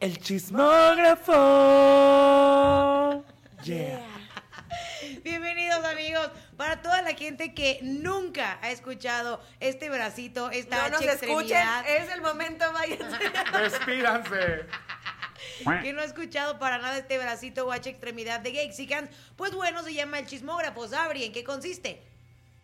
El chismógrafo. Yeah. Bienvenidos amigos, para toda la gente que nunca ha escuchado este bracito, esta No nos H escuchen, extremidad, es el momento, váyanse. Despídanse. eh. que no ha escuchado para nada este bracito o H extremidad de Gexican, pues bueno, se llama el chismógrafo. Sabri, ¿en qué consiste?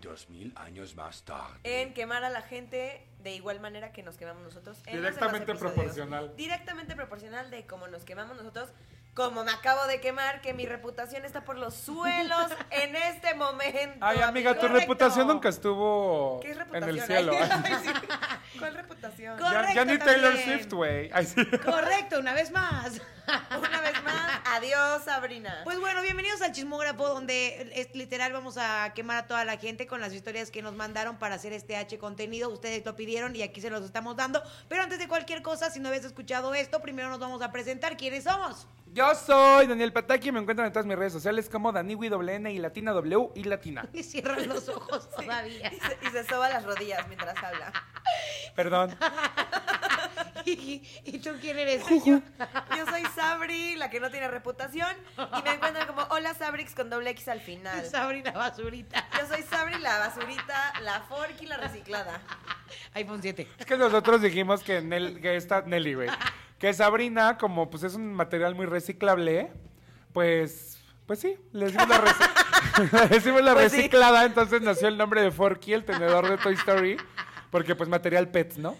Dos mil años más tarde. en quemar a la gente de igual manera que nos quemamos nosotros. en los Directamente demás episodios. proporcional. Directamente proporcional de cómo nos quemamos nosotros, como me acabo de quemar, que mi reputación está por los suelos en este momento. Ay, amiga, tu amigo. reputación nunca estuvo ¿Qué es en reputación? ¿eh? el cielo. Ay, sí. ¿Cuál reputación? Con- Ya, ya ni Correcto Taylor también. Swift, güey. Ay, sí. Correcto, una vez más. Una vez más, adiós, Sabrina. Pues bueno, bienvenidos al chismógrafo, donde es, literal vamos a quemar a toda la gente con las historias que nos mandaron para hacer este H contenido. Ustedes lo pidieron y aquí se los estamos dando. Pero antes de cualquier cosa, si no habéis escuchado esto, primero nos vamos a presentar quiénes somos. Yo soy Daniel Pataki y me encuentran en todas mis redes sociales como Daniwi doble N y Latina W y Latina. Y cierran los ojos todavía. Y se, y se soba las rodillas mientras habla. Perdón. ¿Y, y tú quién eres? Yo soy Sabri, la que no tiene reputación, y me encuentran como Hola Sabrix con doble X al final. Sabrina Basurita. Yo soy Sabri, la basurita, la forky, la reciclada. iPhone 7. Es que nosotros dijimos que, Nel- que esta Nelly, güey. Que Sabrina, como pues es un material muy reciclable, pues. Pues sí, le decimos la, reci- le decimos la Pues sí. reciclada, entonces nació el nombre de Forky, el tenedor de Toy Story, porque pues material pets, ¿no?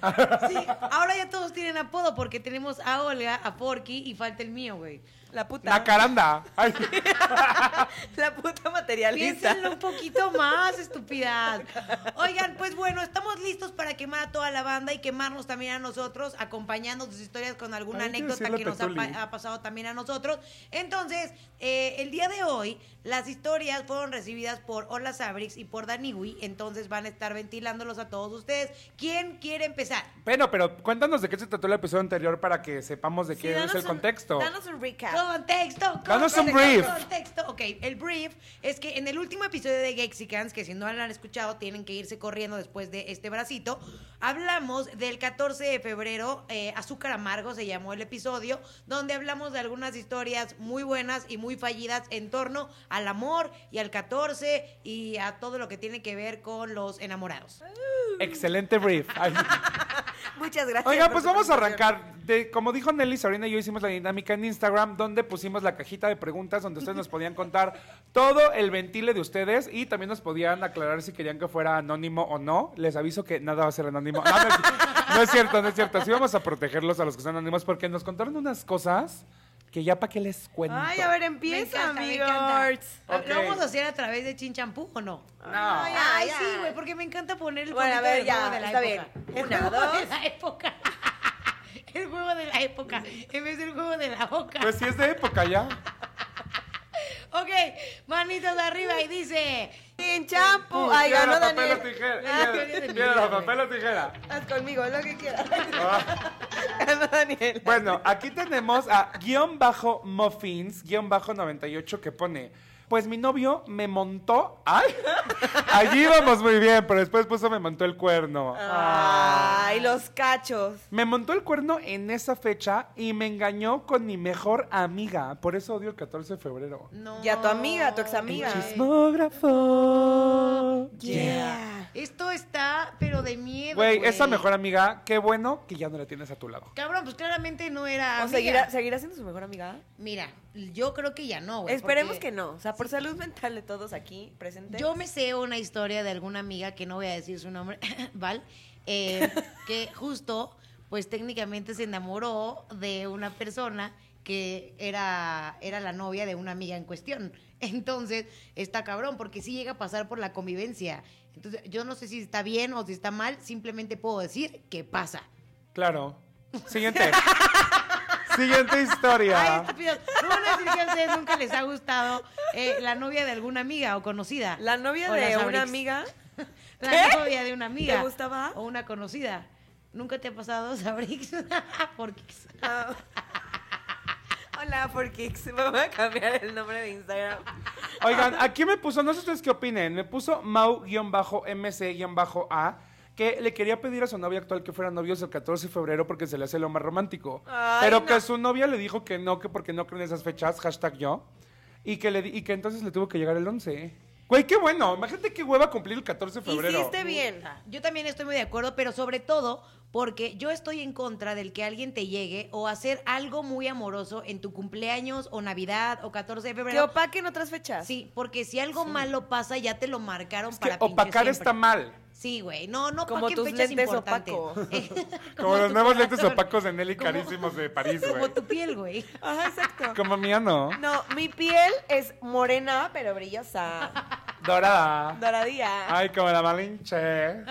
Sí, ahora ya todos tienen apodo porque tenemos a Olga, a Porky y falta el mío, güey. La puta. Nacaranda. Ay, La puta materialista. Piénsenlo un poquito más, estupidez. Oigan, pues bueno, estamos listos para quemar a toda la banda y quemarnos también a nosotros, acompañando sus historias con alguna Hay que anécdota decirle que nos ha, Tetuli. pa- ha pasado también a nosotros. Entonces, eh, el día de hoy, las historias fueron recibidas por Hola Sabrix y por Daniwi, entonces van a estar ventilándolos a todos ustedes. ¿Quién quiere empezar? Bueno, pero cuéntanos de qué se trató el episodio anterior para que sepamos de Sí, qué es danos el un- contexto. Danos un recap. Contexto, Danos contexto, un brief. Contexto, ok. El brief es que en el último episodio de Gexicans, que si no lo han escuchado, tienen que irse corriendo después de este bracito, hablamos del 14 de febrero, eh, Azúcar Amargo se llamó el episodio, donde hablamos de algunas historias muy buenas y muy fallidas en torno al amor y al 14 y a todo lo que tiene que ver con los enamorados. Excelente brief. Ay. Muchas gracias. Oiga, por pues su vamos a participación. arrancar. De, como dijo Nelly, Sabrina y yo hicimos la dinámica en Instagram, donde pusimos la cajita de preguntas, donde ustedes nos podían contar todo el ventile de ustedes y también nos podían aclarar si querían que fuera anónimo o no. Les aviso que nada va a ser anónimo. No, no, es, no es cierto, no es cierto. Así vamos a protegerlos a los que son anónimos porque nos contaron unas cosas que ya para qué les cuento. Ay, a ver, Me empieza, encanta, me encanta. amigos. Ok. ¿Lo vamos a hacer a través de Chinchampú o no? No. Ay, Ay, Ah, ya. sí, güey, porque me encanta poner el Bueno, a jueguito ver, del ya, juego de la está época. bien. El Una, juego dos. de la época. El juego de la época. En vez del juego de la boca. Pues sí es de época ya. Ok, manitos arriba y dice. En champú. Oh, Ay, ganó Piedra, papel o Daniel. Ah, tijera. teoría de mi Piedra, vida, Piedra, güey. papel o tijera. Haz conmigo lo que quieras. Ah. Ganó Daniel. Bueno, aquí tenemos a guión bajo muffins, guión bajo 98 que pone. Pues mi novio me montó. ¡Ay! Allí íbamos muy bien, pero después puso me montó el cuerno. Ay, los cachos. Me montó el cuerno en esa fecha y me engañó con mi mejor amiga. Por eso odio el 14 de febrero. No. Y a tu amiga, a tu examiga. güey. Chismógrafo. Yeah. Esto está, pero de miedo. Güey, esa mejor amiga, qué bueno que ya no la tienes a tu lado. Cabrón, pues claramente no era. ¿O amiga. seguirá, seguirá siendo su mejor amiga? Mira, yo creo que ya no, güey. Esperemos porque- que no. O sea, por salud mental de todos aquí presentes. Yo me sé una historia de alguna amiga que no voy a decir su nombre, Val, eh, que justo, pues técnicamente se enamoró de una persona que era, era la novia de una amiga en cuestión. Entonces, está cabrón, porque sí llega a pasar por la convivencia. Entonces, yo no sé si está bien o si está mal, simplemente puedo decir que pasa. Claro. Siguiente. Siguiente historia. Ah. Ay, estúpidos. No van a decir que a ustedes nunca les ha gustado eh, la novia de alguna amiga o conocida. La novia O de las una Abrix. amiga. La ¿Eh? ¿Qué? novia de una amiga. ¿Te gustaba? O una conocida. ¿Nunca te ha pasado, Sabrix? Porque Ah. Hola, Forkix. Vamos a cambiar el nombre de Instagram. Oigan, aquí me puso, no sé ustedes qué opinen, me puso Mau-MC-A que le quería pedir a su novia actual que fueran novios el 14 de febrero porque se le hace lo más romántico. Ay, pero no. que su novia le dijo que no, que porque no creen esas fechas, hashtag yo. Y que, le, di- y que entonces le tuvo que llegar el 11. Güey, qué bueno. Imagínate qué hueva cumplir el 14 de febrero. este Hiciste bien. Yo también estoy muy de acuerdo, pero sobre todo porque yo estoy en contra del que alguien te llegue o hacer algo muy amoroso en tu cumpleaños o Navidad o 14 de Que febrero. opaquen otras fechas. Sí, porque si algo malo pasa ya te lo marcaron Es que para pinche opacar siempre. está mal. Sí, güey. No, no Como opaquen tus fechas lentes importantes. opaco. Eh, Como, los tu nuevos lentes corazón. opacos de Nelly Como- carísimos de París, Como güey. tu piel, güey. Ajá, exacto. Como mía no. No, mi piel es morena, pero brillosa. Dorada. Doradía. Ay, como la malinche.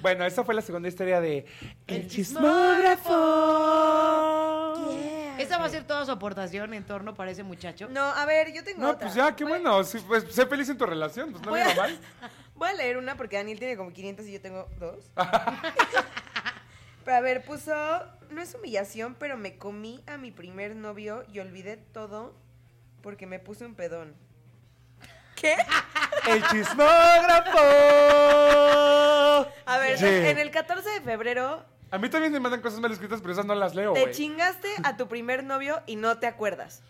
Bueno, esa fue la segunda historia de El El chismógrafo. Esa va a ser toda su aportación en torno para ese muchacho. No, a ver, yo tengo No, otra. pues ya, qué Voy- bueno. Sí, pues, sé feliz en tu relación, pues no Voy me va a, mal. voy a leer una porque Daniel tiene como 500 y yo tengo dos. pero a ver, puso, no es humillación, pero me comí a mi primer novio y olvidé todo porque me puse un pedón. ¿Qué? El chismógrafo. A ver, Sí. en el 14 de febrero A mí también me mandan cosas mal escritas, pero esas no las leo, te güey. chingaste a tu primer novio y no te acuerdas.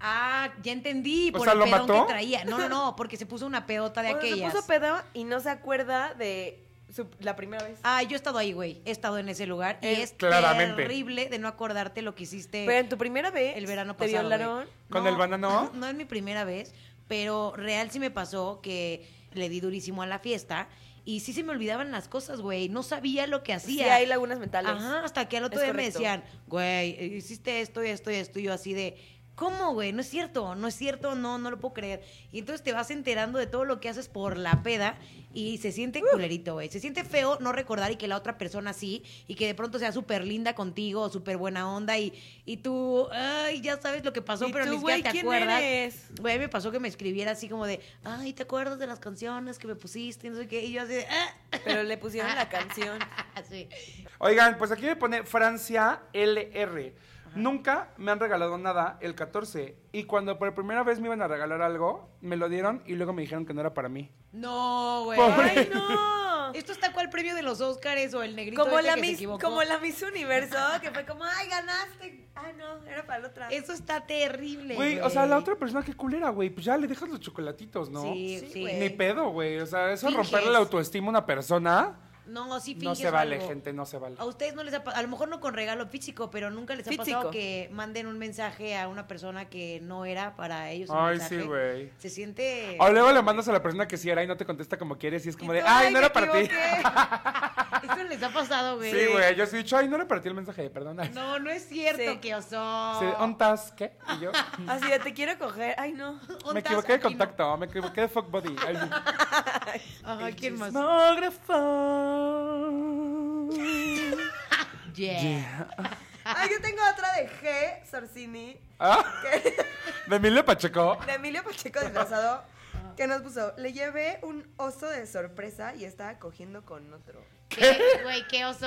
Ah, ya entendí. O Por sea, el ¿lo pedón mató? que traía. No, no, no, porque se puso una pedota de O sea, aquellas. Se puso pedo y no se acuerda de su- la primera vez. Ah, yo he estado ahí, güey. He estado en ese lugar. Y Eh, es claramente. terrible de no acordarte lo que hiciste. Pero en tu primera vez eh, el verano te pasado, violaron. güey. ¿Con No, el banano? No es mi primera vez, pero real sí me pasó que le di durísimo a la fiesta y sí se me olvidaban las cosas, güey. No sabía lo que Sí, hacía. hay lagunas mentales. Ajá, hasta que al otro Es día me correcto. decían, güey, hiciste esto y esto y esto, y yo así de, ¿cómo, güey? No es cierto, no es cierto, no, no lo puedo creer. Y entonces te vas enterando de todo lo que haces por la peda y se siente culerito, güey. Se siente feo no recordar y que la otra persona sí, y que de pronto sea súper linda contigo, o súper buena onda, y, y tú, ay, ya sabes lo que pasó, Y pero tú, ni siquiera güey, te ¿quién acuerdas. eres? Güey, me pasó que me escribiera así como de, ay, ¿te acuerdas de las canciones que me pusiste? Y no sé qué, y yo así de, ah, Pero le pusieron la canción. sí. Oigan, pues aquí me pone Francia LR. Nunca me han regalado nada el 14. Y cuando por primera vez me iban a regalar algo, me lo dieron y luego me dijeron que no era para mí. No, güey. Pobre. ¡Ay, no! Esto está cual premio de los Óscares o el negrito Como este la, que se Miss, equivocó. como la Miss Universo, que fue como, ¡ay, ganaste! ¡Ah, no! Era para la otra. Eso está terrible. Güey, o sea, la otra persona qué culera, güey. Pues ya le dejas los chocolatitos, ¿no? Sí, Sí, sí. güey. Ni pedo, güey. O sea, eso Finges. romperle la autoestima a una persona No, sí no finges se vale, algo. gente, no se vale. A ustedes no les ha pa- a lo mejor no con regalo físico, pero nunca les ha Físico. pasado que manden un mensaje a una persona que no era para ellos. un Ay, mensaje. Eh, sí, güey. Se siente. O luego le mandas a la persona que sí era y no te contesta como quieres y es como Y de, tú, ay, "Ay, no me era para ti. equivoqué". Eso les ha pasado, güey. Sí, güey, yo sí he dicho, ay, no era para ti el mensaje, perdona. No, no es cierto Sí. que oso. Sí, ¿ontas qué? Y yo, Así de, te quiero coger. ¡Ay, no! me Ontas equivoqué de aquí no. contacto, me equivoqué de fuck body. Ay, sí. Ajá, ¿quién más? Chismógrafo. Yeah. ¡Ay, Ah, yo tengo otra de G. Sorsini. Ah, que- de Emilio Pacheco. de Emilio Pacheco disfrazado. Que nos puso, le llevé un oso de sorpresa y estaba cogiendo con otro. ¿Qué? Güey, qué oso.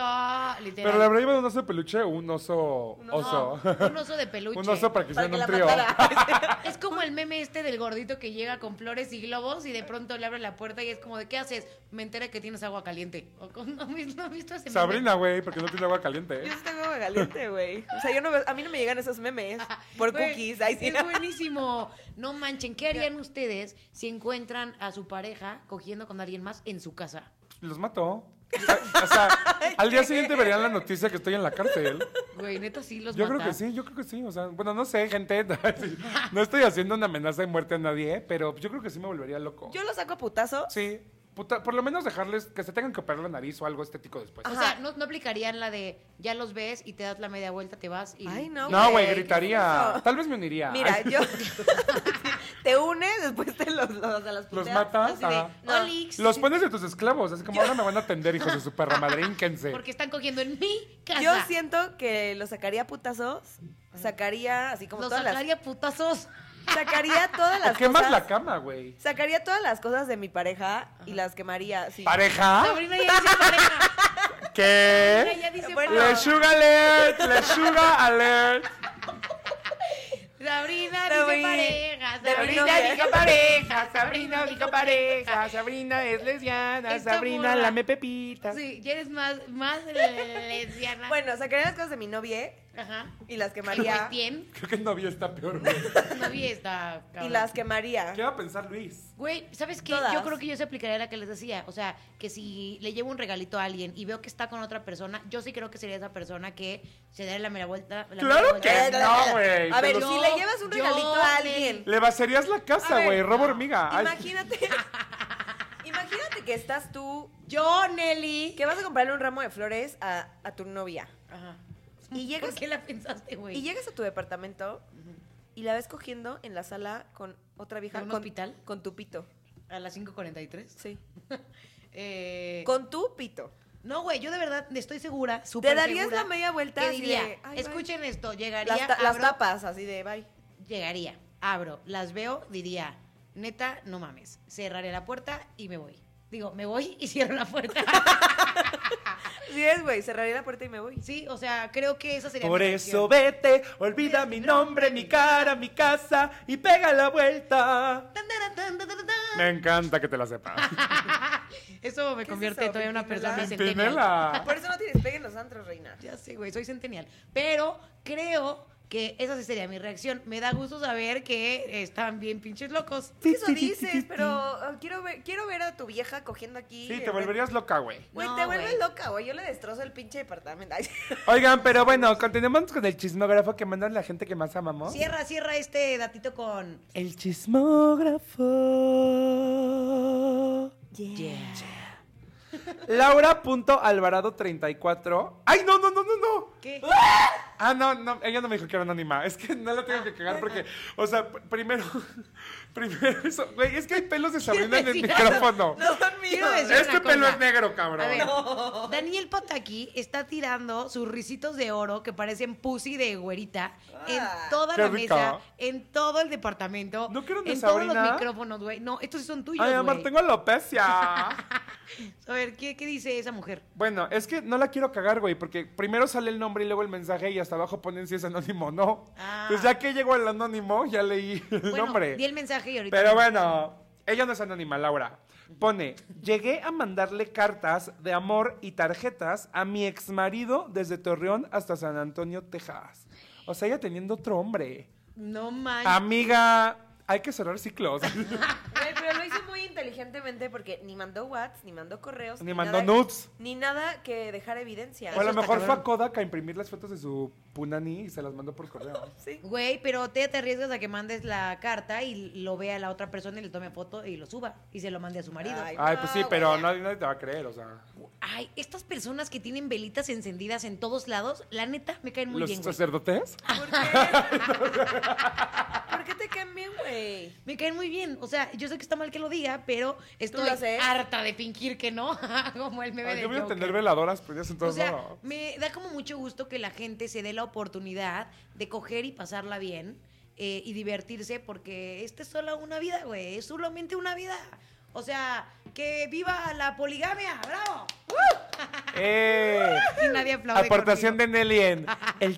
Literal. Pero le habrá llevado un oso de peluche o un oso. Un oso. oso. Un oso de peluche. Un oso para que Para hicieran que la un trío. matara. Es como el meme este del gordito que llega con flores y globos y de pronto le abre la puerta y es como de ¿qué haces? Me entera que tienes agua caliente. O con- ¿No, has- no has visto ese meme? Sabrina, güey, porque no tiene agua caliente. Yo sí tengo agua caliente, güey. O sea, yo no veo- a mí no me llegan esos memes por Güey, cookies. Ay, sí. Es buenísimo. No manchen, ¿qué harían ustedes si encuentran a su pareja cogiendo con alguien más en su casa? Los mató. O sea, al día siguiente verían la noticia que estoy en la cárcel. Güey, neta sí los Yo creo mata. que sí, yo creo que sí. O sea, bueno, no sé, gente. sí, No estoy haciendo una amenaza de muerte a nadie, ¿eh? pero yo creo que sí me volvería loco. Yo lo saco a putazo. Sí. Puta, por lo menos dejarles que se tengan que operar la nariz o algo estético después. Ah, O sea, no, no aplicarían la de ya los ves y te das la media vuelta, te vas y Ay, no. No, güey, güey, ¿qué es gritaría. eso? Tal vez me uniría. Mira, Ay, yo. te unes, después te los, los, a las Los puteas. matas, Así de, ajá. no. Olix. Los pones de tus esclavos, así como ahora me van a atender, hijos de su perra madre, ínquense. Porque están cogiendo en mi casa. Yo siento que los sacaría a putazos. Sacaría así como los todas sacaría a putazos. las. Sacaría todas O las quemas cosas. la cama, güey. Sacaría todas las cosas de mi pareja y las quemaría. Sí. ¿Pareja? Sabrina ya dice pareja. Sabrina ¿Qué? ya dice Bueno, Le pareja. sugar alert, le sugar alert. Sabrina dice Sabrina. pareja. Sabrina dijo pareja, Sabrina dijo pareja, Sabrina es lesbiana, Esta Sabrina morra. lame pepita. Sí, ya eres más, más lesbiana. Bueno, sacaría las cosas de mi novia Ajá. y las María. quemaría. bien, Creo que el novio está peor, güey. no vi esta cabrón. Y las quemaría. Eh, ¿Qué va a pensar Luis? Güey, ¿sabes qué? Todas. Yo creo que yo se aplicaría la que les decía. O sea, que si le llevo un regalito a alguien y veo que está con otra persona, yo sí creo que sería esa persona que se daría la mera vuelta. la Claro mera que vuelta. no, güey. A ver, Yo- si le llevas un yo regalito me- a alguien. Le vaciarías la A casa, ver, güey. Robo no. hormiga. Ay, Imagínate. imagínate que estás tú, Yo, Nelly. que vas a comprarle un ramo de flores a, a tu novia. Ajá. Y llegas, ¿Por qué la pensaste, güey? y llegas a tu departamento y la ves cogiendo en la sala con otra vieja. ¿De un con, hospital? Con tu pito. A las 5.43. Sí. Eh, Con tu pito. No, güey, yo de verdad estoy segura, súper Te darías segura, la media vuelta. que así diría, de, "Ay, bye". escuchen esto, llegaría, Las, ta- las abro, tapas, así de bye. llegaría, abro, las veo, diría, neta, no mames, cerraré la puerta y me voy. Digo, me voy y cierro la puerta. Sí es, güey. Cerraría la puerta y me voy. sí, o sea, creo que esa sería Por mi eso reacción. vete, olvida mi nombre, mi cara, mi casa y pega la vuelta. Tan, taran, tan, tan, tan, tan. Me encanta que te la sepas. Eso me es convierte eso, todavía en una Pimpinela? persona centennial. Pimpinela. Por eso no tienes pegue en los antros, reina. Ya sé, güey, soy centenial. Pero creo que esa sí sería mi reacción. Me da gusto saber que están bien pinches locos. Eso dices, pero ah, quiero ver, quiero ver a tu vieja cogiendo aquí. Sí, te eh, volverías loca, güey. Güey, No, te vuelves güey. loca, güey. Yo le destrozo el pinche departamento. Ay, Oigan, pero bueno, continuemos con el chismógrafo que mandan la gente que más amamos. Cierra, cierra este datito con... El chismógrafo. Laura.alvarado34. ¡Ay, no, no, no, no, no! ¿Qué? Ah, no, no, ella no me dijo que era anónima. Es que no la tengo que cagar porque, o sea, pr- primero, primero eso, güey, es que hay pelos de Sabrina en el decir micrófono. no son míos. Quiero decir- Este una pelo cosa. es negro, cabrón. A ver, Daniel Pataki está tirando sus risitos de oro que parecen pussy de güerita en Ah. toda Qué la rico. mesa, en todo el departamento, ¿No que eran de en todos Sabrina? los micrófonos, güey. No, estos sí son tuyos, Ay, güey. amor, tengo alopecia. A ver, ¿qué, qué dice esa mujer? Bueno, es que no la quiero cagar, güey, porque primero sale el nombre y luego el mensaje y hasta abajo ponen si es anónimo o no. Ah. Pues ya que llegó el anónimo, ya leí el Bueno, nombre. di el mensaje y ahorita... Pero bueno, ella no es anónima, Laura. Pone, llegué a mandarle cartas de amor y tarjetas a mi exmarido desde Torreón hasta San Antonio, Texas. O sea, ella teniendo otro hombre. No manches. Amiga, hay que cerrar ciclos. Güey, pero lo hizo muy inteligentemente porque ni mandó WhatsApp, ni mandó correos. Ni mandó nada- nudes. Ni nada que dejar evidencia. o a lo está mejor fue cabrón. a Kodak a imprimir las fotos de su punani y se las mandó por correo. Sí. Güey, pero te, te arriesgas a que mandes la carta y lo vea la otra persona y le tome foto y lo suba y se lo mande a su marido. Ay, Ay, pues sí, no, pero güey. nadie, nadie te va a creer, o sea. Ay, estas personas que tienen velitas encendidas en todos lados, la neta, me caen muy ¿Los bien. güey. sacerdotes? ¿Por qué? ¿Por qué te cambian, güey? Me caen muy bien. O sea, yo sé que está mal que lo diga, pero estoy lo haces? harta de fingir que no, como el meme Ay, de yo voy a Joker. tener veladoras prendidas en O todos sea, lados. me da como mucho gusto que la gente se dé la oportunidad de coger y pasarla bien eh, y divertirse porque esta es solo una vida, güey. Es solamente una vida. O sea, que viva la poligamia. ¡Bravo! ¡Eh! Y nadie aplaude. Aportación conmigo. de Nelly en El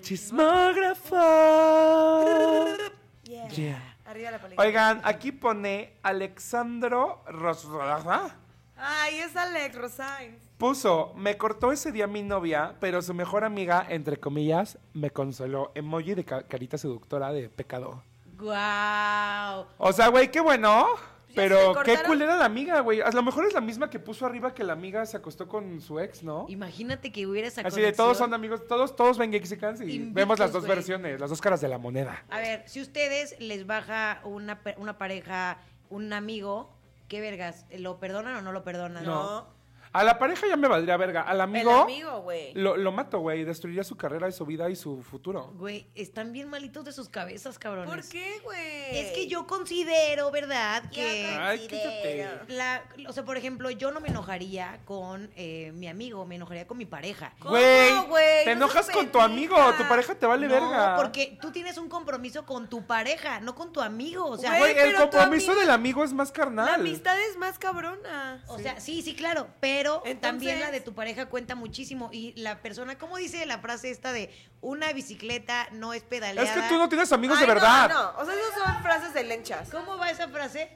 Chismógrafo. Yeah. Yeah. Arriba la policía. Oigan, aquí pone Alexandro Rosraja. Ay, es Alex Rosines. Puso, me cortó ese día mi novia, pero su mejor amiga, entre comillas, me consoló. Emoji de ca- carita seductora de pecado. ¡Guau! O sea, güey, qué bueno. Ya se Pero qué cortaron. cool era la amiga, güey. A lo mejor es la misma que puso arriba que la amiga se acostó con su ex, ¿no? Imagínate que hubiera esa Así de todos conexión. son amigos, todos, todos ven Gexicans y Invictos, vemos las dos güey. versiones, las dos caras de la moneda. A ver, si ustedes les baja una, pe- una pareja, un amigo, ¿qué vergas? ¿Lo perdonan o no lo perdonan? No. A la pareja ya me valdría verga. Al El amigo, amigo, güey. lo, lo mato, güey. Destruiría su carrera y su vida y su futuro. Güey, están bien malitos de sus cabezas, cabrones. ¿Por qué, güey? Es que yo considero, ¿verdad? Que Ay, quítate. la, o sea, por ejemplo, yo no me enojaría con eh, mi amigo, me enojaría con mi pareja. ¿Cómo, Güey, güey? te No enojas seas con tu amigo, pendeja. tu pareja te vale no, verga. porque tú tienes un compromiso con tu pareja, no con tu amigo. O sea, Güey, el pero tu compromiso amigo- del amigo es más La carnal. amistad es más cabrona. o sea, sí, sí, claro, pero Pero Entonces- también la de tu pareja cuenta muchísimo. Y la persona, ¿cómo dice la frase esta de una bicicleta no es pedaleada? Es que tú no tienes amigos de Ay, no, verdad. No, o sea, esas son frases de lenchas. ¿Cómo va esa frase?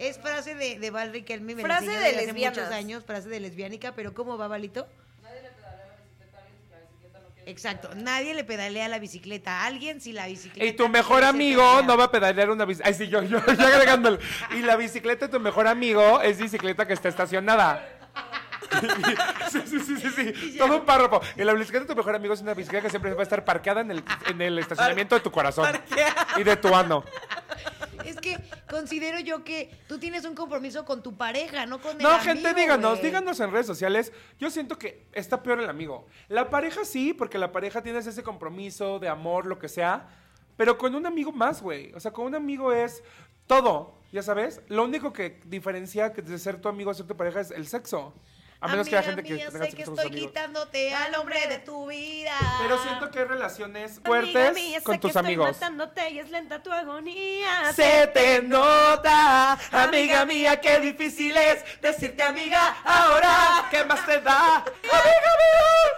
Es frase de, de Val Riquelme, me la Frase enseñó de desde hace lesbianas. muchos años, frase de lesbiánica, pero ¿cómo va, Valito? Exacto, nadie le pedalea la bicicleta a alguien si la bicicleta. Y tu mejor quiere ser amigo pedaleada. no va a pedalear una bicicleta. Ay, sí, yo, yo, yo agregándole. Y la bicicleta de tu mejor amigo es bicicleta que está estacionada. Sí, sí, sí, sí, sí. Todo un párrafo. Y la bicicleta de tu mejor amigo es una bicicleta que siempre va a estar parqueada en el, en el estacionamiento de tu corazón. Y de tu ano. Es que considero yo que tú tienes un compromiso con tu pareja, no con el No, amigo, gente, díganos, güey. díganos en redes sociales. Yo siento que está peor el amigo. La pareja sí, porque la pareja tienes ese compromiso de amor, lo que sea. Pero con un amigo más, güey. O sea, con un amigo es todo, ya sabes. Lo único que diferencia que de ser tu amigo a ser tu pareja es el sexo. A menos que haya gente que Amiga mía, tenga sé que sexo con sus estoy amigos. quitándote al hombre de tu vida. Pero siento que hay relaciones fuertes mía, sé con que tus estoy amigos. matándote y es lenta tu agonía. Se te nota, amiga mía, qué difícil es decirte amiga ahora, ¿qué más te da?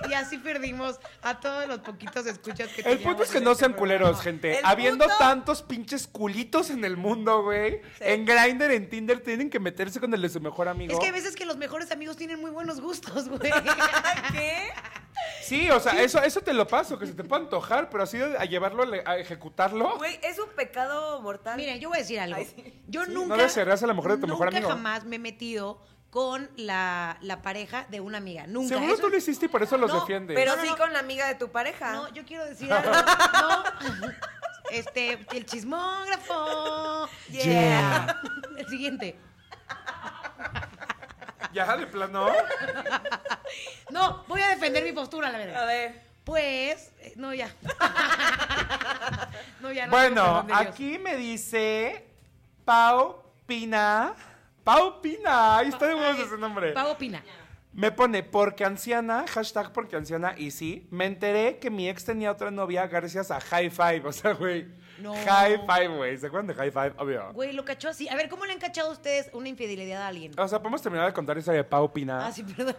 Y así perdimos a todos los poquitos escuchas que El teníamos punto es que en no este sean programa. culeros, gente. El Habiendo punto- tantos pinches culitos en el mundo, güey. En Grindr, en Tinder, tienen que meterse con el de su mejor amigo. Es que hay veces que los mejores amigos tienen muy buenos gustos, güey. ¿Qué? Sí, o sea, eso, eso te lo paso, que se te puede antojar, pero así de- a llevarlo, a le- a ejecutarlo. Güey, es un pecado mortal. Mira, yo voy a decir algo. Ay, sí. Yo Sí, no nunca. desearías a la mujer de tu nunca mejor amigo. jamás me he metido con la, la pareja de una amiga. Nunca. Seguro Eso- tú lo hiciste y por eso los No, defiendes. Pero No, no, sí no. con la amiga de tu pareja. No, yo quiero decir algo. No. Este, el chismógrafo. Yeah. Yeah. El siguiente. Ya, de plano. No, voy a defender mi postura, la A verdad. ver. Pues, eh, no, ya. No, ya no. tengo Bueno, perdón de Dios. aquí me dice Pau Pina. Pau Pina, ahí está de huevos ese nombre. Pau opina. Me pone porque anciana, hashtag porque anciana, y sí, me enteré que mi ex tenía otra novia gracias a High Five, o sea, güey. No. High Five, güey. ¿Se acuerdan de High Five? Obvio. Güey, lo cachó así. A ver, ¿cómo le han cachado a ustedes una infidelidad a alguien? O sea, podemos terminar de contar esa de Pau Pina. Ah, sí, perdón.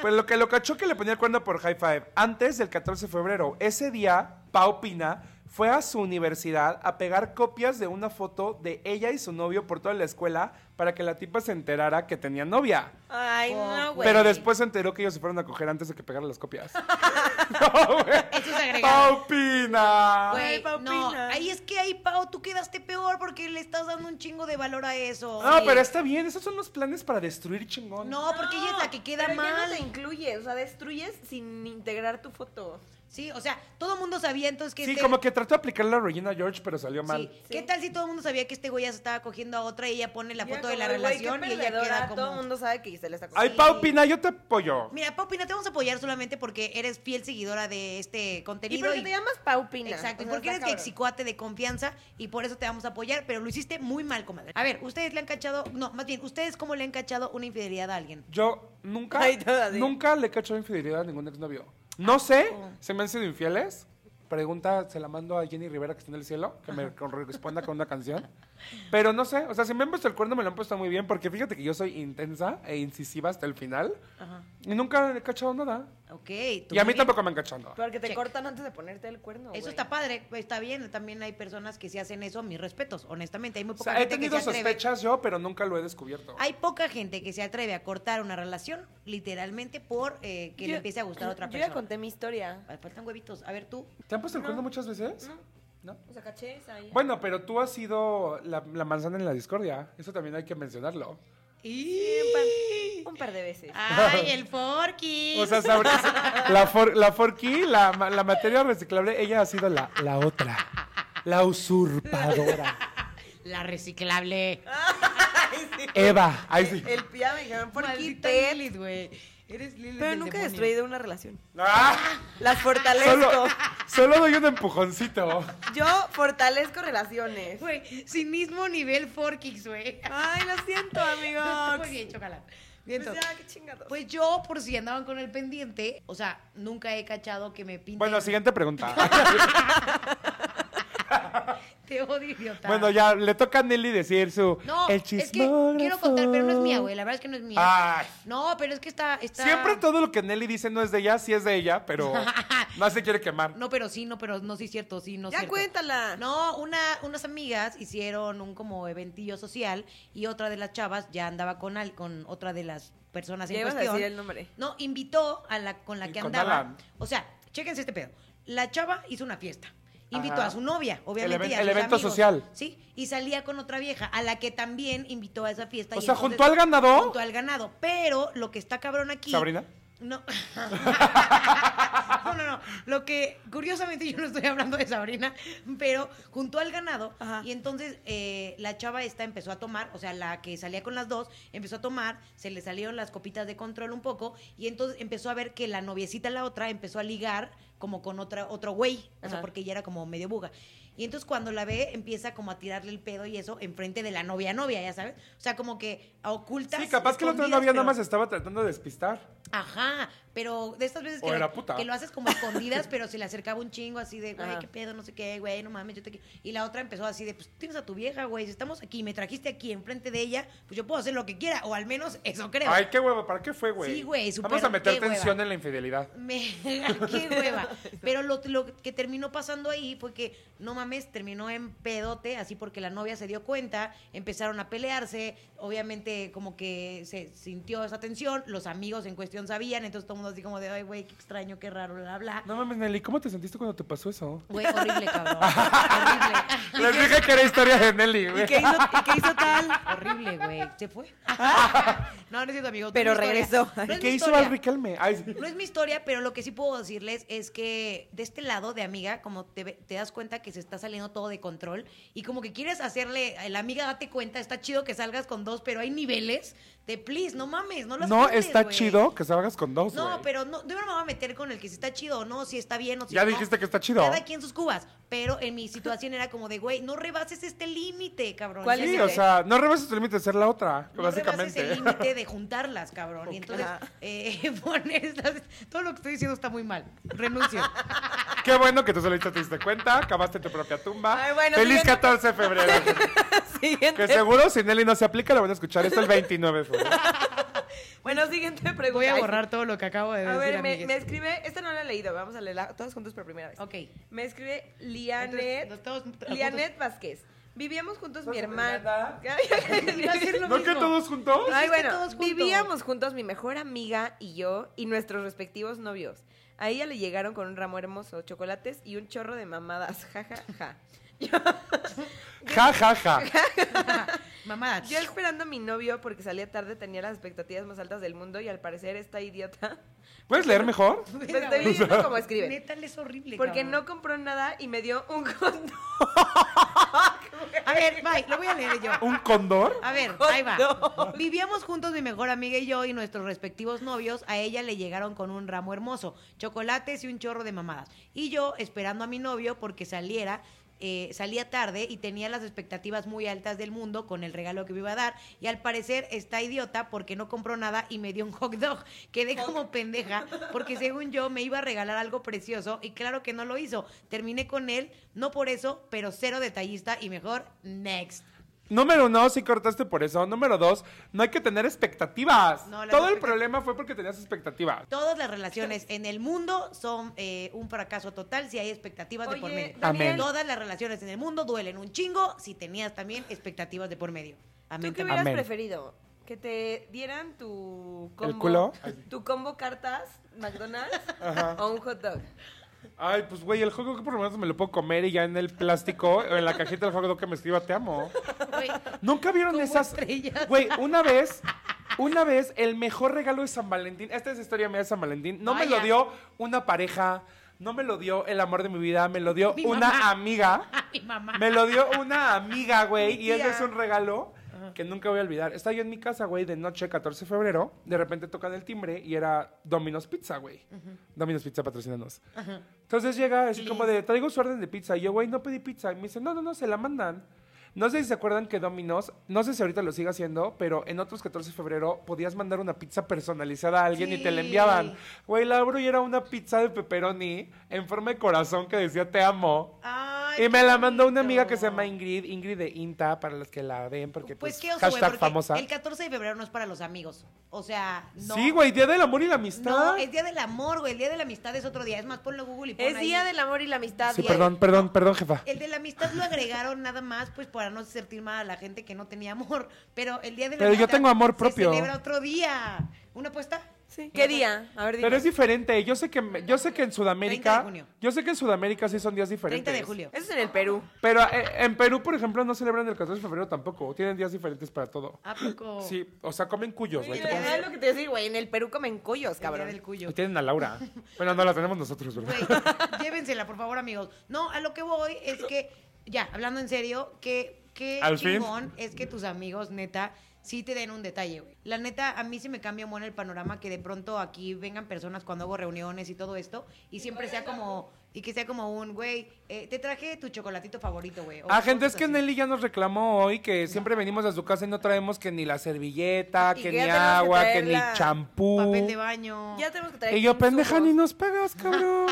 Pues lo que lo cachó que le ponía el cuerno por High Five. Antes del 14 de febrero, ese día, Pau Pina fue a su universidad a pegar copias de una foto de ella y su novio por toda la escuela para que la tipa se enterara que tenía novia. Ay, no, güey. Pero después se enteró que ellos se fueron a coger antes de que pegaran las copias. no, güey. Eso es agregado. Pau Pina. Güey, Ay, Pau no, Pina. ahí es que ahí, Pau, tú quedaste peor porque le estás dando un chingo de valor a eso. No, Sí. pero está bien, esos son los planes para destruir chingón. No, porque ella es la que queda pero Ya mal. no te incluyes, o sea, destruyes sin integrar tu foto. Sí, o sea, todo el mundo sabía entonces que Sí, este- como que trató de aplicar la Regina George, pero salió Sí. mal. ¿Qué tal si todo el mundo sabía que este güey ya se estaba cogiendo a otra y ella pone la Ya foto de como la de, güey, relación qué y ella queda perdedora, como... Todo el mundo sabe que se le está Ay, cogiendo. Pau Pina, yo te apoyo. Mira, Paupina, te vamos a apoyar solamente porque eres fiel seguidora de este Y contenido. porque te llamas Paupina. Exacto, y o sea, porque está eres cabrón. exicuate de confianza y por eso te vamos a apoyar, pero lo hiciste muy mal, comadre. A ver, ¿ustedes le han cachado? No, más bien, ¿ustedes cómo le han cachado una infidelidad a alguien? Yo nunca, Ay, todavía. nunca le he cachado infidelidad a ningún exnovio. No sé, Ah, oh. se me han sido infieles. Pregunta, se la mando a Jenny Rivera que está en el cielo, que me con- responda con una canción. Pero no sé, o sea, si me han puesto el cuerno me lo han puesto muy bien, porque fíjate que yo soy intensa e incisiva hasta el final. Y nunca le he cachado nada. Ok. tú Y a muy mí bien. tampoco me han cachado nada. Porque te Check. cortan antes de ponerte el cuerno. Eso güey. está padre, pues, está bien. También hay personas que sí hacen eso, mis respetos, honestamente. Hay muy O poca sea, he gente tenido que se atreve. sospechas yo, pero nunca lo he descubierto. Hay poca gente que se atreve a cortar una relación, literalmente, por eh, que le Yo- empiece a gustar a otra Yo ya persona. conté mi historia. Ay, Faltan huevitos. A ver, tú. ¿Te han puesto el cuerno muchas veces? No. ¿No? O sea, caché esa ahí. Bueno, pero tú has sido la, la manzana en la discordia. Eso también hay que mencionarlo. Sí, un, par, un par de veces. ¡Ay, el Forky! O sea, sabrás, la, for, la Forky, la, ma- la materia reciclable, ella ha sido la, la otra, la usurpadora. La reciclable. Ay, sí. Eva, ahí sí. El pía me dijeron, ¿por qué Maldita te- Lilith, güey. Eres Lilith Pero del nunca he demonio. destruido una relación. Ah, Las fortalezco. solo, solo doy un empujoncito. Yo fortalezco relaciones. Güey, cinismo nivel Forkix, güey. Ay, lo siento, Muy amigos. bien, chócala. Bien, Pues todo. ya, qué chingados. Pues yo, por si andaban con el pendiente, o sea, nunca he cachado que me pinten. Bueno, siguiente pregunta. Te odio, idiota. Bueno, ya le toca a Nelly decir su. No, el es que quiero contar, pero no es mía, güey. La verdad es que no es mía. Ay. No, pero es que está... está... Siempre todo lo que Nelly dice no es de ella, sí es de ella, pero no se quiere quemar. No, pero sí, no, pero no, sí es cierto, sí, no es ya cierto. cuéntala. No, una, unas amigas hicieron un como eventillo social y otra de las chavas ya andaba con, al- con otra de las personas en ya ibas a cuestión. decir el nombre. No, invitó a la con la Y que con andaba. Alan. O sea, chéquense este pedo. La chava hizo una fiesta. Invitó Ajá. a su novia, obviamente. even- y a el sus evento amigos, social. Sí, y salía con otra vieja, a la que también invitó a esa fiesta. O y sea, entonces- ¿junto al ganador? Junto al ganado. Pero lo que está cabrón aquí. ¿Sabrina? No. no, no, no. Lo que, curiosamente, yo no estoy hablando de Sabrina, pero juntó al ganado Ajá. y entonces eh, la chava esta empezó a tomar, o sea, la que salía con las dos, empezó a tomar, se le salieron las copitas de control un poco y entonces empezó a ver que la noviecita, la otra, empezó a ligar como con otra, otro güey, o sea, Ajá. porque ella era como medio buga. Y entonces cuando la ve, empieza como a tirarle el pedo y eso enfrente de la novia novia, ya sabes. O sea, como que a ocultas. Sí, capaz que la otra escondidas, novia pero- nada más estaba tratando de despistar. Ajá, pero de estas veces O que, era lo, puta. que lo haces como escondidas, pero se le acercaba un chingo así de, güey, Ajá. qué pedo, no sé qué, güey, no mames, yo te quiero. Y la otra empezó así de, pues tienes a tu vieja, güey, si estamos aquí, me trajiste aquí enfrente de ella, pues yo puedo hacer lo que quiera, o al menos eso creo. Ay, qué hueva, ¿para qué fue, güey? Sí, güey, súper, Vamos a meter qué hueva. tensión en la infidelidad. Me, qué hueva. Pero lo, lo que terminó pasando ahí fue que, no mames, terminó en pedote, así porque la novia se dio cuenta, empezaron a pelearse, obviamente como que se sintió esa tensión, los amigos en cuestión sabían, entonces todo el mundo así como de, ay, güey, qué extraño, qué raro, bla, bla. No mames, Nelly, ¿cómo te sentiste cuando te pasó eso? Güey, horrible, cabrón. horrible. Les dije que era historia de Nelly, ¿Y güey. qué hizo, y qué hizo tal? horrible, güey. Se fue. no, no es cierto, amigo. Pero No es mi historia. regresó. No es ¿Y mi qué hizo historia. al Riquelme? Ay, sí. No es mi historia, pero lo que sí puedo decirles es que de este lado de amiga, como te, ve- te das cuenta que se está saliendo todo de control y como que quieres hacerle, a la amiga date cuenta, está chido que salgas con dos, pero hay niveles de please, no mames, no las No juntes, está güey". chido que salgas con dos, No, güey. pero no, yo no me voy a meter con el que si está chido o no, si está bien o si Ya no. dijiste que está chido. Cada quien sus cubas, pero en mi situación era como de, güey, no rebases este límite, cabrón. ¿Cuál Ya Sí, es? o sea, no rebases tu límite de ser la otra, no rebases básicamente. el límite de juntarlas, cabrón. Y entonces Ajá. eh, pones las- Todo lo que estoy diciendo está muy mal. Renuncio. Qué bueno que tú solita te diste cuenta, acabaste tu propia tumba. Ay, bueno, Feliz siguiente. 14 de febrero. que Siguiente. seguro si Nelly no se aplica, la van a escuchar. Esto el 29 de febrero. Bueno, siguiente pregunta. Voy a Ay, borrar todo lo que acabo de A decir. ver, me, amigues. me escribe, esta no la he leído, vamos a leerla todos juntos por primera vez. Ok. Me escribe Entonces, Lianet, nos todos- Lianet Vázquez. Vivíamos juntos mi se hermana. Iba a ser lo ¿No que mismo. todos juntos? Ay, Hiciste bueno, todos juntos. vivíamos juntos mi mejor amiga y yo y nuestros respectivos novios. A ella le llegaron con un ramo hermoso, chocolates y un chorro de mamadas. Ja, ja, ja. Ja, ja, ja. Mamá. Yo esperando a mi novio porque salía tarde, tenía las expectativas más altas del mundo y al parecer esta idiota ¿Puedes leer mejor? me Venga, estoy güey. viendo como escribe. Neta, es horrible. Porque cabrón. no compró nada y me dio un condón. A ver, bye, lo voy a leer yo. ¿Un cóndor? A ver, ahí va. Vivíamos juntos mi mejor amiga y yo y nuestros respectivos novios. A ella le llegaron con un ramo hermoso, chocolates y un chorro de mamadas. Y yo esperando a mi novio porque saliera. eh, salía tarde y tenía las expectativas muy altas del mundo con el regalo que me iba a dar y al parecer está idiota porque no compró nada y me dio un hot dog quedé como pendeja porque según yo me iba a regalar algo precioso y claro que no lo hizo terminé con él no por eso pero cero detallista y mejor next Número uno, sí cortaste por eso. Número dos, no hay que tener expectativas. No, las Todo el expectativas- problema fue porque tenías expectativas. Todas las relaciones en el mundo son eh, un fracaso total si hay expectativas de por Oye, medio. Daniel. Amén. Todas las relaciones en el mundo duelen un chingo si tenías también expectativas de por medio. ¿Tú Amén. qué también. hubieras Amén. preferido? ¿Que te dieran tu combo, culo? tu combo cartas McDonald's Ajá. o un hot dog? Ay, pues güey, el juego que por lo menos me lo puedo comer y ya en el plástico, en la cajita del juego que me escriba, te amo. Güey, ¿Nunca vieron Como esas? estrellas. Güey, una vez, una vez, el mejor regalo de San Valentín, esta es historia mía de San Valentín, no me Vaya. lo dio una pareja, no me lo dio el amor de mi vida, me lo dio Mi una mamá. amiga. mi mamá. Me lo dio una amiga, güey, Mi y ese tía. es un regalo que nunca voy a olvidar. Estaba yo en mi casa, güey, de noche, 14 de febrero, de repente tocan el timbre y era Domino's Pizza, güey. Domino's Pizza, patrocinanos. Entonces llega así como de, traigo su orden de pizza. Y yo, güey, no pedí pizza. Y me dice, no, no, no, se la mandan. No sé si se acuerdan que Domino's, no sé si ahorita lo sigue haciendo, pero en otros 14 de febrero podías mandar una pizza personalizada a alguien y te la Sí. enviaban. Güey, la abro y era una pizza de pepperoni en forma de corazón que decía te amo. y me la mandó una amiga que se llama Ingrid, Ingrid de Inta, para los que la den, porque pues, Pues qué oso, güey, hashtag porque famosa. el 14 de febrero no es para los amigos. O sea, no. Sí, güey, Día del Amor y la Amistad. No, es Día del Amor, güey. El Día de la Amistad es otro día. Es más, ponlo Google y pon Es ahí. día del amor y la amistad. sí, y- perdón, perdón, perdón, jefa. El de la amistad lo agregaron nada más, pues para no sentir mal a la gente que no tenía amor. Pero el día de la Pero yo amistad tengo amor propio. Se celebra otro día. ¿Una apuesta? Sí. ¿Qué día? A ver, dime. Pero es diferente. Yo sé que, me- yo sé que en 30 Sudamérica. de junio. Yo sé que en Sudamérica sí son días diferentes. 30 de julio. Eso es en el Perú. Pero eh, en Perú, por ejemplo, no celebran el 14 de febrero tampoco. Tienen días diferentes para todo. ¿A poco? Sí, o sea, comen cuyos, güey. Güey, ¿qué de pasa? verdad lo que te decía, güey. En el Perú comen collos, El día cabrón. del cuyo. Y tienen a Laura. Bueno, no la tenemos nosotros, ¿verdad? Güey, llévensela, por favor, amigos. No, a lo que voy es que, ya, hablando en serio, que, que Al fin. chingón es que tus amigos, neta, sí te den un detalle, güey. La neta, a mí sí me cambia un buen el panorama que de pronto aquí vengan personas cuando hago reuniones y todo esto, y siempre sea como, y que sea como un, güey, eh, te traje tu chocolatito favorito, güey. o Ah, gente, es cosas que así. Nelly ya nos reclamó hoy que siempre venimos a su casa y no traemos que ni la servilleta, Y que que ni ya tenemos que agua, que traer ni la- champú. Papel de baño. Ya tenemos que traer. Y yo, insumos. pendeja, ni nos pagas, cabrón.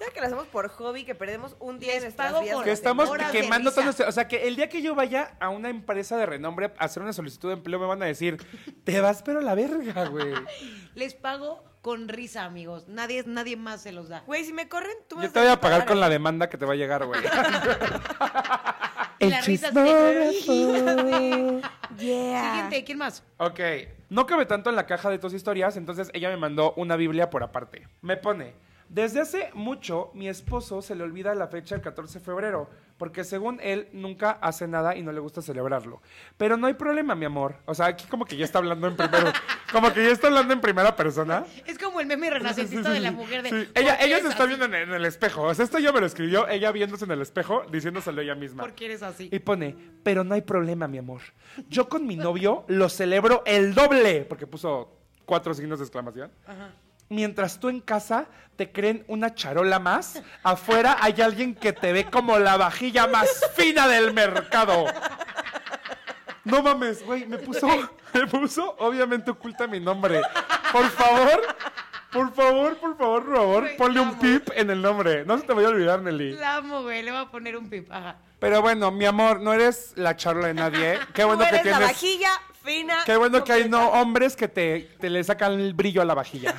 Ya que lo hacemos por hobby, que perdemos un día Les de nuestras pago vidas. por- que estamos horas de quemando risa. todo nuestro- O sea, que el día que yo vaya a una empresa de renombre a hacer una solicitud de empleo, me van a decir, te vas pero a la verga, güey. Les pago con risa, amigos. Nadie, nadie más se los da. Güey, si me corren, tú me Yo vas te voy a tener que pagar con la demanda que te va a llegar, güey. Y el las risas chismógrafo. Yeah. Siguiente, ¿quién más? Ok, no cabe tanto en la caja de tus historias, entonces ella me mandó una Biblia por aparte. Me pone, desde hace mucho mi esposo se le olvida la fecha del 14 de febrero, porque según él nunca hace nada y no le gusta celebrarlo. Pero no hay problema, mi amor. O sea, aquí como que ya está hablando en primero, como que ya está hablendo en primera persona. Es como el meme renacentista de la mujer de. Sí, "¿Por Ella, qué ella se eres está así? viendo en, en el espejo. O sea, esto ya me lo escribió ella viéndose en el espejo, diciéndoselo ella misma. ¿Por qué eres así? Y pone, pero no hay problema, mi amor. Yo con mi novio lo celebro el doble. Porque puso cuatro signos de exclamación. Mientras tú en casa te creen una charola más, afuera hay alguien que te ve como la vajilla más fina del mercado. No mames, güey, me puso, me puso, obviamente oculta mi nombre. Por favor, por favor, por favor, por favor, Güey, ponle te un amo. pip en el nombre. No se te vaya a olvidar, Nelly. La amo, güey. Le voy a poner un pip. Ajá. Pero bueno, mi amor, no eres la charla de nadie. ¿eh? Qué bueno Tú que eres la tienes. vajilla fina. Qué bueno que hay no completa. hombres que te, te le sacan el brillo a la vajilla.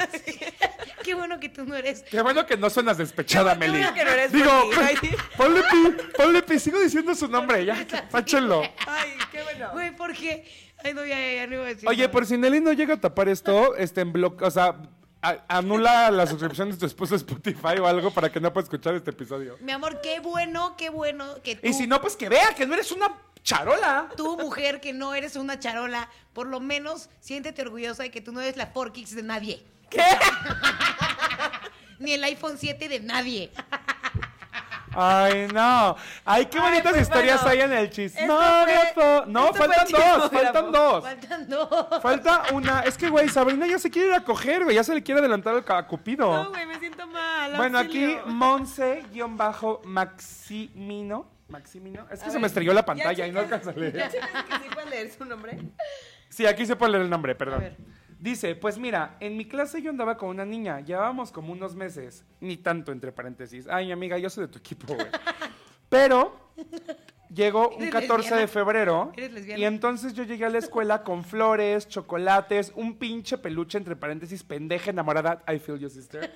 Qué bueno que tú no eres. Qué bueno que no suenas despechada, Qué Meli. bueno que no eres Digo, por ti. ponle pi, ponle pi, sigo diciendo su nombre, ya, páchenlo. Ay, qué bueno. Güey, ¿por qué? Ay, no, ya, ya, ya, no iba a decir. Oye, nada. por si Nelly no llega a tapar esto, este en bloque, o sea, a- anula la suscripción de tu esposo a Spotify o algo para que no pueda escuchar este episodio. Mi amor, qué bueno, qué bueno que tú. Y si no, pues que vea que no eres una charola. Tú, mujer, que no eres una charola, por lo menos siéntete orgullosa de que tú no eres la Porkix de nadie. ¿Qué? Ni el iPhone 7 de nadie. Ay, no. Ay, qué Ay, bonitas pues historias bueno. hay en el chisme. No, Esto fue- no, esto fue faltan dos, chismógrafo. pues. faltan dos. Faltan dos. Falta una. Es que, güey, Sabrina ya se quiere ir a coger, güey. Ya se le quiere adelantar al ca- Cupido. No, güey, me siento mal. bueno, aquí auxilio. Monse-Maximino. Maximino. Es que se me estrelló la pantalla y no alcanza a ¿Ya leer. chicas que sí pueden leer su nombre? Sí, aquí se puede leer el nombre, A perdón. ver. Dice, pues mira, en mi clase yo andaba con una niña, llevábamos como unos meses, ni tanto entre paréntesis. Ay, amiga, yo soy de tu equipo, güey. Pero llegó un ¿Eres 14 de lesbiana? febrero ¿Eres lesbiana? y entonces yo llegué a la escuela con flores, chocolates, un pinche peluche entre paréntesis, pendeja enamorada, I feel you, sister.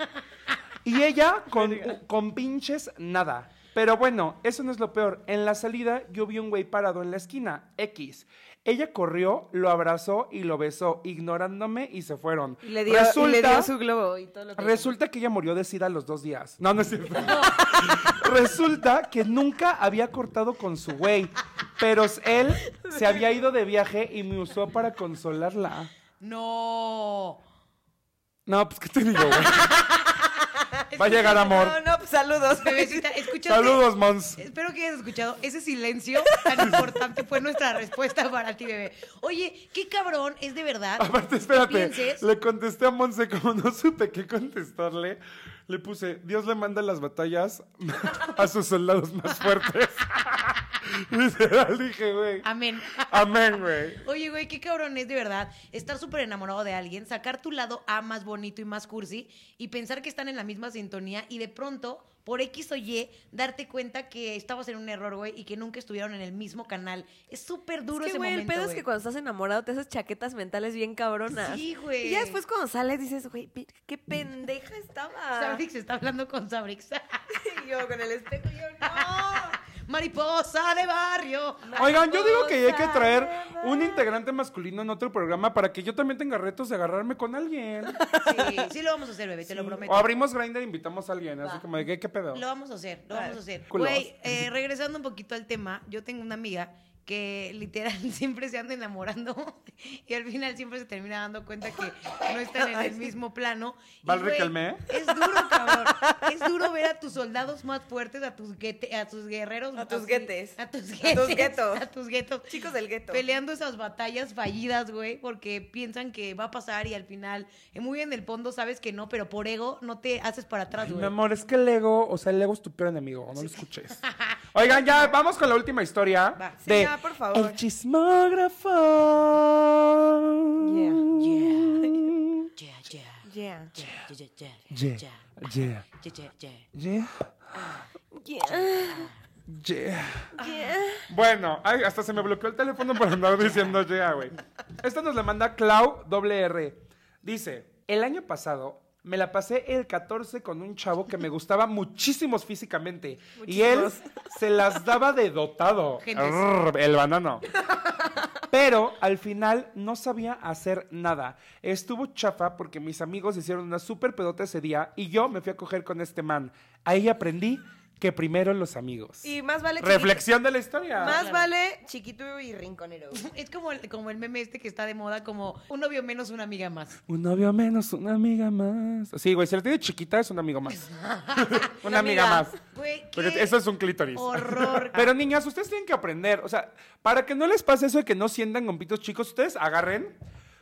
Y ella con, con pinches nada. Pero bueno, eso no es lo peor. En la salida yo vi un güey parado en la esquina, X. Ella corrió, lo abrazó y lo besó, ignorándome y se fueron. Y le dio, y resulta, le dio su globo y todo lo que... resulta que ella murió de sida a los dos días. No, no es cierto. resulta que nunca había cortado con su güey, pero él se había ido de viaje y me usó para consolarla. No. No, pues, ¿qué te digo, güey? Va a llegar amor. No, no, pues saludos. Bebecita, escúchate. Saludos, Mons. Espero que hayas escuchado. Ese silencio tan importante fue nuestra respuesta para ti, bebé. Oye, qué cabrón es de verdad. Aparte, que espérate, pienses- le contesté a Monse como no supe qué contestarle. Le puse, Dios le manda las batallas a sus soldados más fuertes. Literal dije, güey. Amén. Amén, güey. Oye, güey, qué cabrón es de verdad estar súper enamorado de alguien, sacar tu lado A más bonito y más cursi y pensar que están en la misma sintonía y de pronto, por X o Y, darte cuenta que estabas en un error, güey, y que nunca estuvieron en el mismo canal. Es súper duro es que, ese güey, el momento, pedo es güey. que cuando estás enamorado te haces chaquetas mentales bien cabronas. Sí, güey. Y ya después cuando sales dices, güey, pi- qué pendeja estaba. Sabrix está hablando con Sabrix. Y yo con el espejo, yo no. Mariposa de barrio. Oigan, yo digo que hay que Mariposa traer de un mar. integrante masculino en otro programa para que yo también tenga retos de agarrarme con alguien. Sí, sí lo vamos a hacer, bebé, te lo prometo. O abrimos Grindr e invitamos a alguien, así como de que, ¿qué pedo? Lo vamos a hacer, lo Ah, vamos a hacer. Culos. Güey, eh, regresando un poquito al tema, yo tengo una amiga que literal siempre se anda enamorando y al final siempre se termina dando cuenta que no están en el mismo plano. Y, ¿Val güey, Riquelme? Es duro, cabrón. Es duro ver a tus soldados más fuertes, a tus, guete- a tus guerreros. A tus así- guetes. A tus guetes. A tus guetos. A tus guetos. Chicos del gueto. Peleando esas batallas fallidas, güey, porque piensan que va a pasar y al final, eh, muy en el fondo sabes que no, pero por ego no te haces para atrás, Ay, güey. Mi amor, es que el ego, o sea, el ego es tu peor enemigo, no lo escuches. Oigan, ya, vamos con la última historia. Va. Sí, ya, por favor. El chismógrafo. Yeah, Yeah, yeah. Yeah. yeah, yeah, yeah, yeah. Bueno, ay, hasta se me bloqueó el teléfono por andar diciendo yeah, güey. Esta nos la manda Clau WR. Dice, el año pasado me la pasé el 14 con un chavo que me gustaba muchísimos físicamente. Y él se las daba de dotado. Gente. Arr, el banano. Pero al final no sabía hacer nada. Estuvo chafa porque mis amigos hicieron una súper pedota ese día y yo me fui a coger con este man. Ahí aprendí que primero los amigos. Y más vale chiquito- Reflexión de la historia. Más vale chiquito y rinconero. Es como el, como el meme este que está de moda, como un novio menos una amiga más. Un novio menos, una amiga más. Sí, güey, si la tiene chiquita es un amigo más. una amiga, más. Güey, Porque qué eso es un clítoris. horror. Pero niñas, ustedes tienen que aprender. O sea, para que no les pase eso de que no sientan con pitos chicos, ustedes agarren,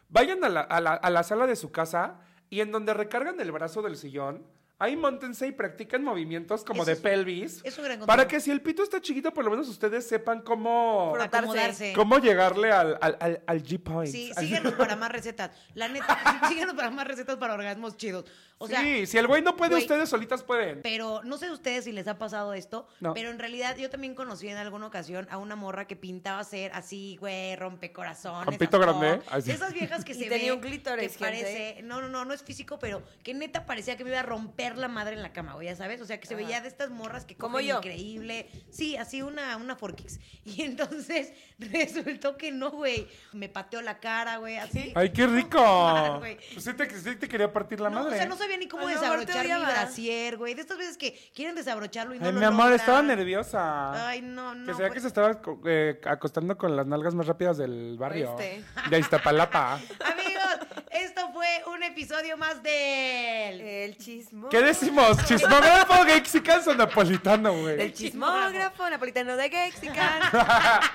vayan a la, a la- a la sala de su casa y en donde recargan el brazo del sillón, ahí montense y practiquen movimientos como Eso de es- pelvis. es un gran consejo. Para que si el pito está chiquito, por lo menos ustedes sepan cómo, Acomodarse. cómo llegarle al, al, al, al G-point. Sí, Al- síguenos para más recetas. La neta, sí, síguenos para más recetas para orgasmos chidos. O sea, sí, si el güey no puede, güey, ustedes solitas pueden. Pero no sé ustedes si les ha pasado esto, No. pero en realidad yo también conocí en alguna ocasión a una morra que pintaba ser así, güey, rompecorazones. Con pito a todo. grande, ¿eh? así. De esas viejas que Y se tenía ve un clítoris, que gente. parece, no, no, no, no es físico, pero que neta parecía que me iba a romper la madre en la cama, güey, ya sabes, o sea, que se veía de estas morras que Como cogen yo. increíble. Sí, así una una forkix. Y entonces resultó que no, güey, me pateó la cara, güey, así. ¡Ay, qué rico! Mal, güey. Pues sí te, sí te quería partir la No, madre. O sea, no sabía ni cómo A lo mejor te desabrocharme desabrochar mi odiaba. brasier, güey. De estas veces que quieren desabrocharlo y no Ay, lo mi amor, logran. estaba nerviosa. Ay, no, no. que sea que pues- se estaba co- eh, acostando con las nalgas más rápidas del barrio. Este. De Iztapalapa. Amigos, esto fue un episodio más del... El chismo. ¿Qué decimos? ¿Chismógrafo, gexicans o napolitano, El güey? chismógrafo napolitano de Gexican.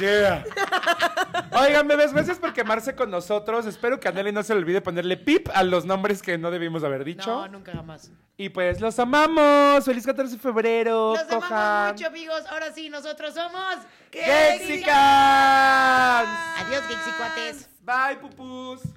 Yeah. Oigan, bebés, gracias por quemarse con nosotros. Espero que a Nelly no se le olvide ponerle pip a los nombres que no debimos haber dicho. No, nunca jamás. Y pues, los amamos. Feliz 14 de febrero. Los amamos Cojan. mucho, amigos. Ahora sí, nosotros somos... ¡Gexicans! Adiós, Gexicuates. Bye, pupus.